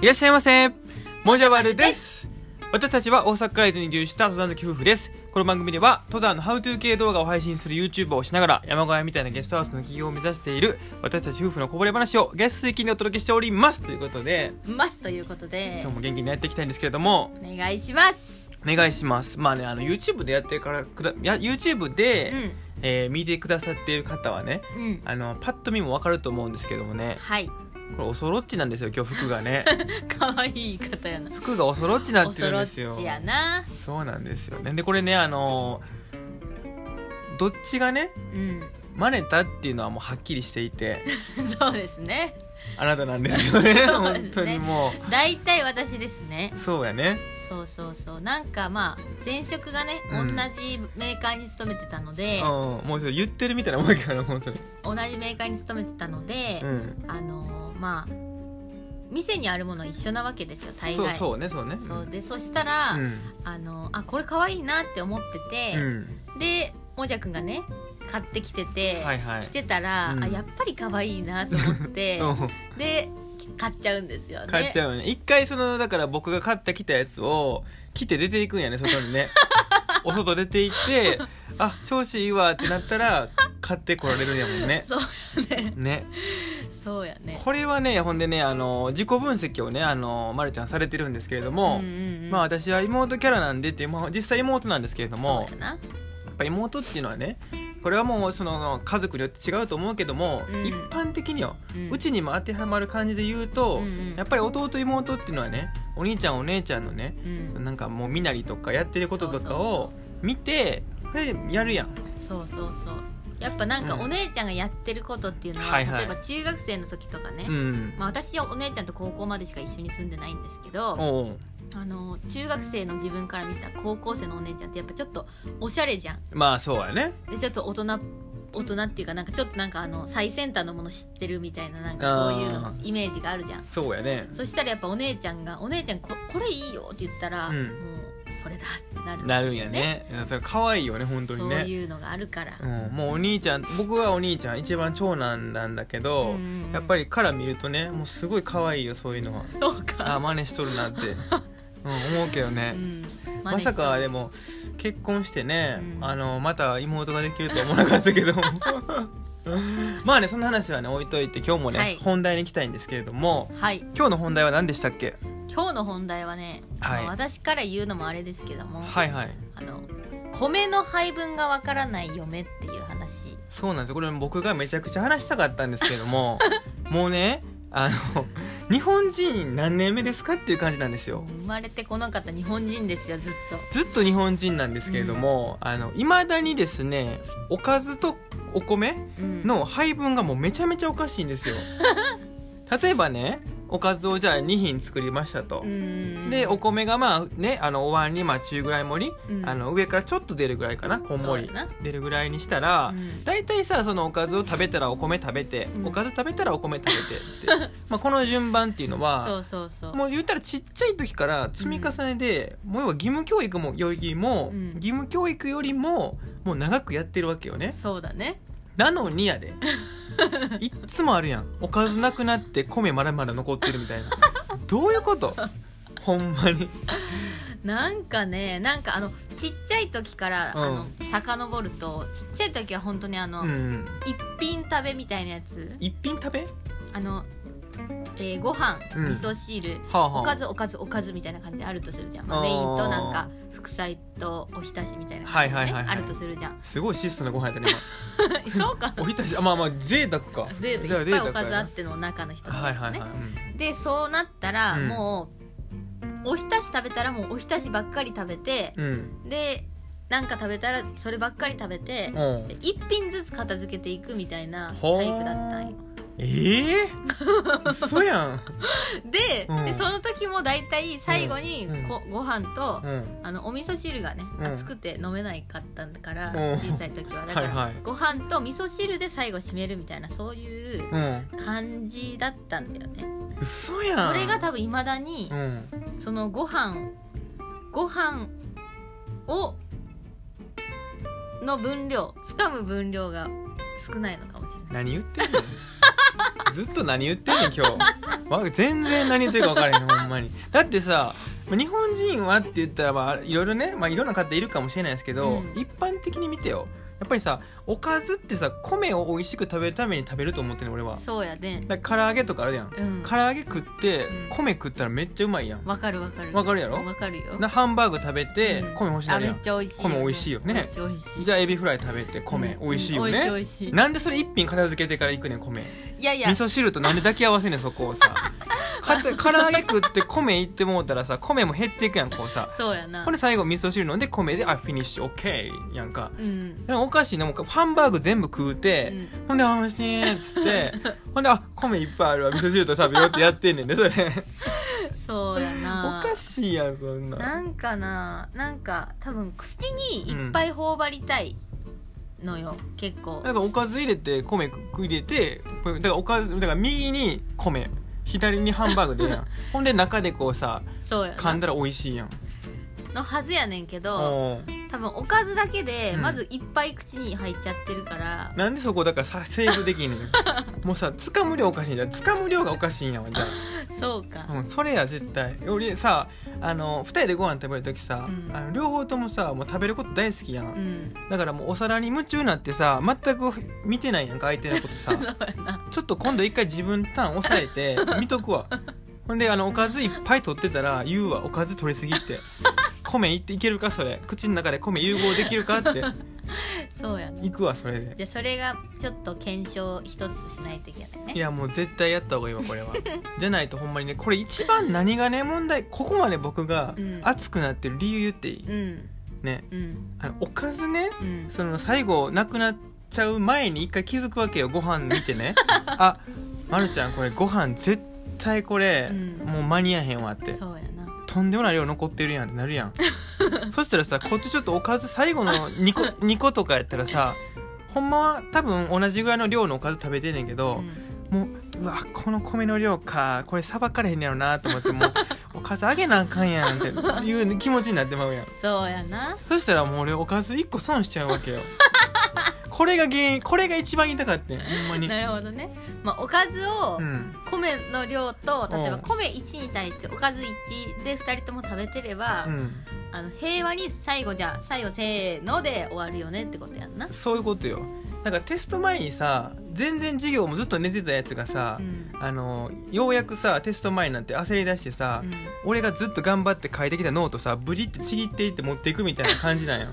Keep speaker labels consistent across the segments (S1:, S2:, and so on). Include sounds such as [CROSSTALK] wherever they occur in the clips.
S1: いらっしゃいませもじゃわるです私たちは大阪から伊豆に移住した登山好き夫婦ですこの番組では登山のハウトゥー系動画を配信する YouTuber をしながら山小屋みたいなゲストハウスの企業を目指している私たち夫婦のこぼれ話を月水金でお届けしておりますということで
S2: ますということで
S1: 今日も元気にやっていきたいんですけれども
S2: お願いします
S1: お願いしますまあねあの YouTube でやってるからくだいや YouTube で、
S2: うん
S1: えー見てくださっている方はね
S2: うん
S1: あのパッと見もわかると思うんですけどもね
S2: はい [LAUGHS]
S1: これおそろっちなんですよ今日服がね
S2: 可愛い方やな
S1: 服がおそろっちにな
S2: お
S1: ってる
S2: そ
S1: ん
S2: ろ
S1: で
S2: っ
S1: すよ
S2: ちやな
S1: そうなんですよねでこれねあのーどっちがね
S2: うん [LAUGHS]
S1: 真似たっていうのはもうはっきりしていて
S2: そうですね
S1: あなたなんですよね
S2: そうですね
S1: 本当にも
S2: 大体私ですね
S1: うそうやね
S2: そうそうそうなんかまあ前職がね、
S1: うん
S2: 同じメーカーに勤めてたの
S1: うん
S2: で
S1: もうそれ言ってるみたいなもんやからもうそれ
S2: 同じメーカーに勤めてたので
S1: う、ん
S2: あのーまあ店にあるものは一緒なわけですよ大概
S1: そうそうねそうね
S2: そうでそしたら、
S1: うん
S2: あのあこれ可愛いなって思って
S1: う
S2: て、
S1: ん
S2: でもじゃくんがね買ってきてて、
S1: はいはい
S2: 着てたら、
S1: うん
S2: あやっぱり可愛いなと思っ
S1: [LAUGHS]
S2: て
S1: うん
S2: で買っちゃうんですよね
S1: 買っちゃうよね一回そのだから僕が買ってきたやつを着て出ていくんやね外に
S2: [LAUGHS]
S1: ねお外出て行ってあ調子いいわってなったら買ってこられるんやもんね
S2: [LAUGHS] そう
S1: ね
S2: そうやね
S1: これはねほんでねあの自己分析をねあの、ま、るちゃんされてるんですけれども、
S2: ん
S1: まあ私は妹キャラなんでっていう、まあ、実際妹なんですけれども
S2: そうやな
S1: やっぱ妹っていうのはねこれはもうその家族によって違うと思うけども、
S2: うん
S1: 一般的によ、
S2: う
S1: うんちにも当てはまる感じで言うと、
S2: うんうん
S1: やっぱり弟妹っていうのはねお兄ちゃんお姉ちゃんのね
S2: うん
S1: なんかもう身なりとかやってることとかを見てそれでやるやん
S2: そうそうそうやっぱなんか
S1: うん
S2: お姉ちゃんがやってることっていうのは、
S1: はいはい
S2: 例えば中学生の時とかね、
S1: うん
S2: まあ、私はお姉ちゃんと高校までしか一緒に住んでないんですけど、
S1: おう
S2: あの中学生の自分から見た高校生のお姉ちゃんってやっぱちょっとおしゃれじゃん
S1: まあそうやね
S2: でちょっと大人大人っていうかなんかちょっとなんかあの最先端のもの知ってるみたいななんかそういう
S1: あ
S2: のイメージがあるじゃん
S1: そうやね
S2: そしたらやっぱお姉ちゃんが「お姉ちゃんここれいいよ」って言ったら、
S1: うん
S2: もうそれだってなる
S1: なるんやねいやそれ可愛いよね本当
S2: そ
S1: に
S2: う
S1: ね
S2: いうのがあるから、
S1: うん、もうお兄ちゃん僕はお兄ちゃん一番長男なんだけど、
S2: うんうん
S1: やっぱりから見るとねもうすごい可愛いよそういうのは
S2: そう
S1: あ
S2: か、
S1: ー真似しとるなって、
S2: [LAUGHS]
S1: うん、思うけどね、
S2: うん、
S1: まさかで
S2: も
S1: も結婚してね、
S2: うん
S1: あのまた妹ができるとは思わなかったけど
S2: [LAUGHS]
S1: まあねそんな話はね置いといて今日もね、
S2: はい
S1: 本題に行きたいんですけれども
S2: はい
S1: 今日の本題は何でしたっけ
S2: 今日の本題はね、
S1: はい
S2: あの私から言うのもあれですけども、
S1: はいはい
S2: あの米の配分がわからない嫁っていう話
S1: そうなんですこれ僕がめちゃくちゃ話したかったんですけれど
S2: [LAUGHS]
S1: ももうねあの日本人何年目ですかっていう感じなんですよ
S2: 生まれてこなかった日本人ですよずっと
S1: ずっと日本人なんですけれどもいま、未だにですねおかずとお米
S2: うん
S1: の配分がもうめちゃめちゃおかしいんです
S2: [LAUGHS]
S1: よ例えばねおかずをじゃあ2品作りましたと、
S2: うん
S1: でお米がまあねあのお椀にまあ中ぐらい盛り、
S2: うん
S1: あの上からちょっと出るぐらいかなこんもり
S2: そうやな
S1: 出るぐらいにしたら、
S2: うん
S1: 大体さそのおかずを食べたらお米食べて、
S2: うん
S1: おかず食べたらお米食べてって
S2: [LAUGHS]
S1: まあこの順番っていうの
S2: そ
S1: は
S2: うそうそう
S1: もう言ったらちっちゃい時から積み重ねで、もう要は義務教育もよりも、
S2: うん
S1: 義務教育よりももう長くやってるわけよね
S2: そうだね
S1: なのに
S2: [LAUGHS]
S1: やでいっつもあるやんおかずなくなって米まだまだ残ってるみたいなどういうことほんまに
S2: なんかねなんかあのちっちゃい時から、
S1: うん
S2: あの遡るとちっちゃい時は本当にあの、
S1: うん
S2: 一品食べみたいなやつ
S1: 一品食べは
S2: あの、えーご飯
S1: うん
S2: 味噌汁、
S1: あ、はあ、
S2: おかずおかずおかずみたいな感じであるとするじゃん、まあ
S1: あー
S2: メインとなんか副菜とおひたしみたいな感じで、ね
S1: はいはいはいはい
S2: あるとするじゃん [LAUGHS]
S1: すごい質素なご飯やったね
S2: そうか
S1: [LAUGHS] 今おひたしあまあまあ贅
S2: [LAUGHS]
S1: 沢か
S2: でいっ
S1: じゃ
S2: ぱいお
S1: 贅
S2: か
S1: 沢
S2: ず
S1: や
S2: あ
S1: な
S2: っての中の人
S1: はい
S2: だも
S1: は
S2: ん
S1: い
S2: ね
S1: はい、
S2: でそうなったら、
S1: うん
S2: もうおひたし食べたらもうおひたしばっかり食べて
S1: う、ん
S2: でなんか食べたらそればっかり食べて
S1: う、ん、うん、
S2: 一品ずつ片付けていくみたいな
S1: ほー
S2: タイプだったんよ
S1: ええー、嘘やん
S2: で,、
S1: うん
S2: でその時も大体最後に
S1: うん
S2: こ、ご飯と、
S1: うん
S2: あのお味噌汁がね
S1: うん
S2: 熱くて飲めないかったから、
S1: うん
S2: 小さい時はだか
S1: は
S2: ら
S1: いはい
S2: ご飯と味噌汁で最後締めるみたいなそういう
S1: うん
S2: 感じだったんだよね
S1: 嘘やん
S2: それが多分いまだに
S1: うん
S2: そのご飯ご飯をの分量掴む分量が少ないのかもしれない
S1: 何言ってんのずっと何言ってんねん今日、まあ、全然何言ってるか分からへんほんまにだってさまあ日本人はって言ったらまあいろいろね、まあ、いろんな方いるかもしれないですけど、
S2: うん
S1: 一般的に見てよやっぱりさおかずってさ米を美味しく食べるために食べると思ってんの俺は
S2: そうやね
S1: だから唐揚げとかあるやん
S2: うん
S1: 唐揚げ食って
S2: うん
S1: 米食ったらめっちゃうまいやん
S2: わかるわかる
S1: わかるやろ
S2: わかるよ
S1: なハンバーグ食べて
S2: うん
S1: 米欲しな
S2: あ
S1: る
S2: め
S1: や
S2: っ
S1: ん
S2: ちゃ美味しい
S1: 米美味しいよね
S2: 美味しい美味しい
S1: じ
S2: ゃ
S1: ゃあエビフライ食べて米美味しいよ
S2: 美
S1: ね
S2: 味しい美味し
S1: なんでそれ一品片付けてから行くねん米
S2: いいやいや
S1: 味噌汁となんで抱き合わせんねんそこを
S2: [LAUGHS]
S1: さかた唐揚げ食って米行ってもうたらさ米も減っていくやんこうさ
S2: そうやな
S1: ほんで最後味噌汁飲んで米であフィニッシュオッケーやんか
S2: うん
S1: なんかおかしいなもうハンバーグ全部食う
S2: う
S1: て、
S2: ん
S1: ほんであ美味しいっつって
S2: [LAUGHS]
S1: ほんであ米いっぱいあるわ味噌汁と食べようってやってんねんでそ
S2: [LAUGHS]
S1: れ
S2: そうやな
S1: おかしいやんそんな
S2: なんかななんか多分口にいっぱい頬張りたいのよ、結構
S1: だからおかず入れて米入れてこれだからおかずだから右に米左にハンバーグでええや
S2: [LAUGHS]
S1: んほんで中でこうさ
S2: そうや
S1: 噛ん
S2: な
S1: だら美味しいやん
S2: のはずやねんけど
S1: お
S2: 多分おかずだけで
S1: うん
S2: まずいっぱい口に入っちゃってるから、 [LAUGHS]
S1: なんでそこだからさセーブできんねんもうさつかむ量おかしいんじゃんつかむ量がおかしいんやわじゃ
S2: そうか
S1: あ、うん、それや絶対俺さあの2人でご飯食べる時さ、
S2: うん
S1: あの両方ともさもう食べること大好きやん、
S2: うん
S1: だからもうお皿に夢中になってさ全く見てないやんか相手のこと
S2: [LAUGHS]
S1: さ
S2: そうやな
S1: ちょっと今度一回自分ターン押さえ
S2: [LAUGHS]
S1: て見とくわほんであのおかずいっぱい取ってたら言うわおかず取りすぎって米いっていけるかそれ口の中で米融合できるかって
S2: そうやな
S1: 行くわそれで
S2: じゃあそれがちょっと検証一つしないといけない
S1: い
S2: ね
S1: やもう絶対やった方がいいわこれ
S2: [LAUGHS]
S1: はじゃないとほんまにねこれ一番何がね問題ここまで僕が
S2: うん
S1: 熱くなってる理由言っていい、
S2: うん
S1: ね
S2: うん
S1: あのおかずね
S2: うん
S1: その最後なくなっちゃう前に一回気づくわけよご飯見てね
S2: [LAUGHS]
S1: あまるちゃんこれご飯絶対これ、
S2: うん
S1: もう間に合えへんわって
S2: そうやな
S1: とんでもない量残ってるやんってなる
S2: [LAUGHS]
S1: やんそしたらさこっちちょっとおかず最後の2個
S2: [LAUGHS]
S1: ,2 個とかやったらさほんまは多分同じぐらいの量のおかず食べてんねんけど、
S2: うん
S1: もううわこの米の量かこれさばかれへんやろなと思って
S2: [LAUGHS]
S1: もうおかずあげなあかんやんっていう気持ちになってまうやん
S2: そうやな
S1: そしたらもう俺おかず1個損しちゃうわ
S2: [LAUGHS]
S1: けよこれが原因これが一番痛かったんほんまに
S2: なるほどね、まあ、おかずを、
S1: うん
S2: 米の量と例え
S1: う
S2: ば
S1: ん
S2: 米1に対しておかず1で2人とも食べてれば、
S1: うん
S2: あの平和に最後じゃあ最後せーので終わるよねってことやんな、
S1: そういうことよなんかテスト前にさ全然授業もずっと寝てたやつがさ、
S2: うん
S1: あのようやくさテスト前になって焦り出してさ、
S2: うん
S1: 俺がずっと頑張って書いてきたノートさブリってちぎっていって持っていくみたいな感じなん
S2: [LAUGHS]
S1: よ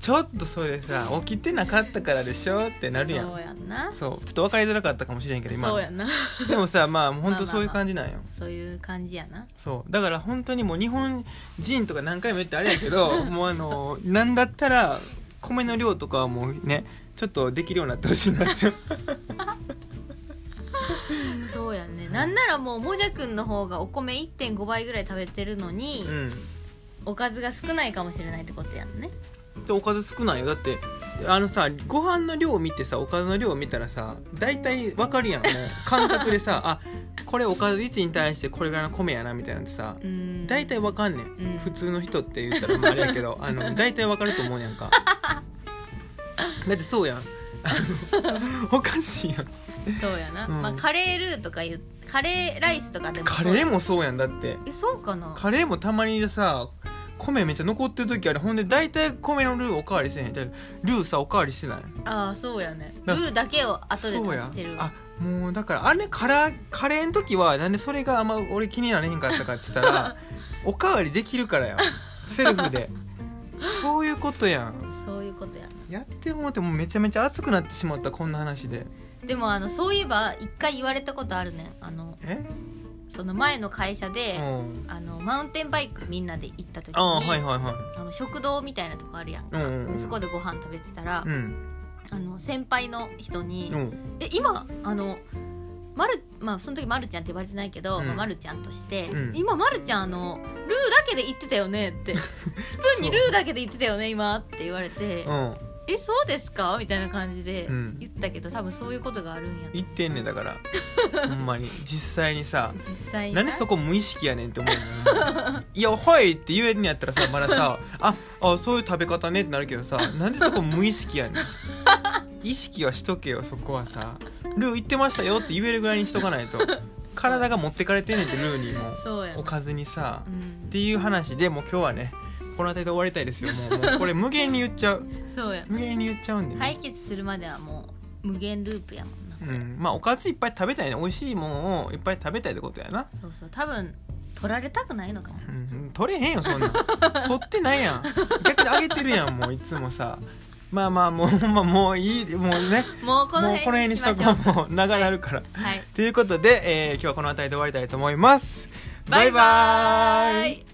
S1: ちょっとそれさ起きてなかったからでしょってなるやん
S2: そうやんな
S1: そうちょっと分かりづらかったかもしれんけど今
S2: そうやな [LAUGHS]
S1: でもさまあ本
S2: まあま
S1: 当
S2: あ
S1: そういう感じなんよ、
S2: そういう感じやな
S1: そうだから本当にもう日本人とか何回も言ってあれやけ
S2: [LAUGHS]
S1: どもうあのなんだったら米の量とかはもうねちょっとできるようになってほしいな
S2: [LAUGHS]
S1: って
S2: そうやねなんならもうもじゃくんの方がお米1.5倍ぐらい食べてるのに、
S1: うん
S2: おかずが少ないかもしれないってことやんね
S1: でおかず少ないよだってあのさご飯の量を見てさおかずの量を見たらさ大体わかるやんもう感覚で
S2: [LAUGHS]
S1: さあこれおかず1に対してこれぐらいの米やなみたいなんてさ
S2: うん
S1: 大体わかんねん、
S2: うん
S1: 普通の人って言ったらまああれやけ
S2: [LAUGHS]
S1: どあの大体わかると思うやんかだってそうやんあのおかしいやん
S2: そうやな、
S1: うん
S2: まあカレールーとかいうカレーライスとかでも
S1: カ
S2: そう
S1: レーもそうやんだって
S2: えそうかな
S1: カレーもたまにさ米めっちゃ残ってる時あるほんで大体米のルーおかわりせへんだからルーさおかわりしてない
S2: ああそうやねル
S1: な
S2: ーだけを後で
S1: そう
S2: 足
S1: や
S2: してる
S1: あもうだからあれからカレーの時はなんでそれがあんま俺気になれへんかったかって言った
S2: [LAUGHS]
S1: らおかわりできるからやんセルフでそういうことやん
S2: そういうことや
S1: やってもうてもうめちゃめちゃ熱くなってしまったこんな話で
S2: でもあのそういえば一回言われたことあるねんあの
S1: え
S2: その前の会社
S1: う
S2: で、
S1: ん
S2: あのマウンテンバイクみんなで行った時に
S1: ああはいはいは
S2: あの食堂みたいなとこあるやん
S1: いうんうん
S2: そこでご飯食べてたら、
S1: うん
S2: あの先輩の人に「
S1: うん
S2: え今あのまるまあその時まるちゃんって呼ばれてないけど、
S1: うん
S2: まあ、まるちゃんとして、
S1: うん
S2: 今まるちゃんあのルーだけで言ってたよね
S1: [LAUGHS]
S2: ってスプーンにルーだけで言ってたよね今って言われて
S1: うん
S2: えそうですかみたいな感じで
S1: うん
S2: 言ったけど、多分そういうことがあるんや
S1: 言ってんねんだ
S2: [LAUGHS]
S1: からほんまに実際にさ
S2: 実際に
S1: なんでそこ無意識やねんって思うのいや「はい」って言えんのやったらさまださ「ああそういう食べ方ね」ってなるけどさなんでそこ無意識やねん意識はしとけよそこはさルー行ってましたよって言えるぐらいにしとかないと体が持ってかれてんねんってルーにも
S2: そうやな
S1: おかずにさ
S2: う
S1: っ
S2: ん
S1: ていう話でもう今日はねこの辺りで終わりたいですよもうもうこれ無限に言っちゃう
S2: そうや
S1: 無限に言っちゃうんでね、
S2: 解決するまではもう無限ループやもんな
S1: うん、まあおかずいっぱい食べたいね美味しいもんをいっぱい食べたいってことやな、
S2: そうそう多分取られたくないのかも
S1: うん、取れへんよそんなん取ってないやん逆にあげてるやんもういつもさまあまあもうほんまもういいもうね
S2: もうこの
S1: もうこの辺
S2: 辺に
S1: に
S2: し
S1: し
S2: ま
S1: と
S2: しょう
S1: こうもう長なるから、
S2: はい
S1: ということで、えー今日はこの辺りで終わりたいと思いますバイバーイ
S2: イ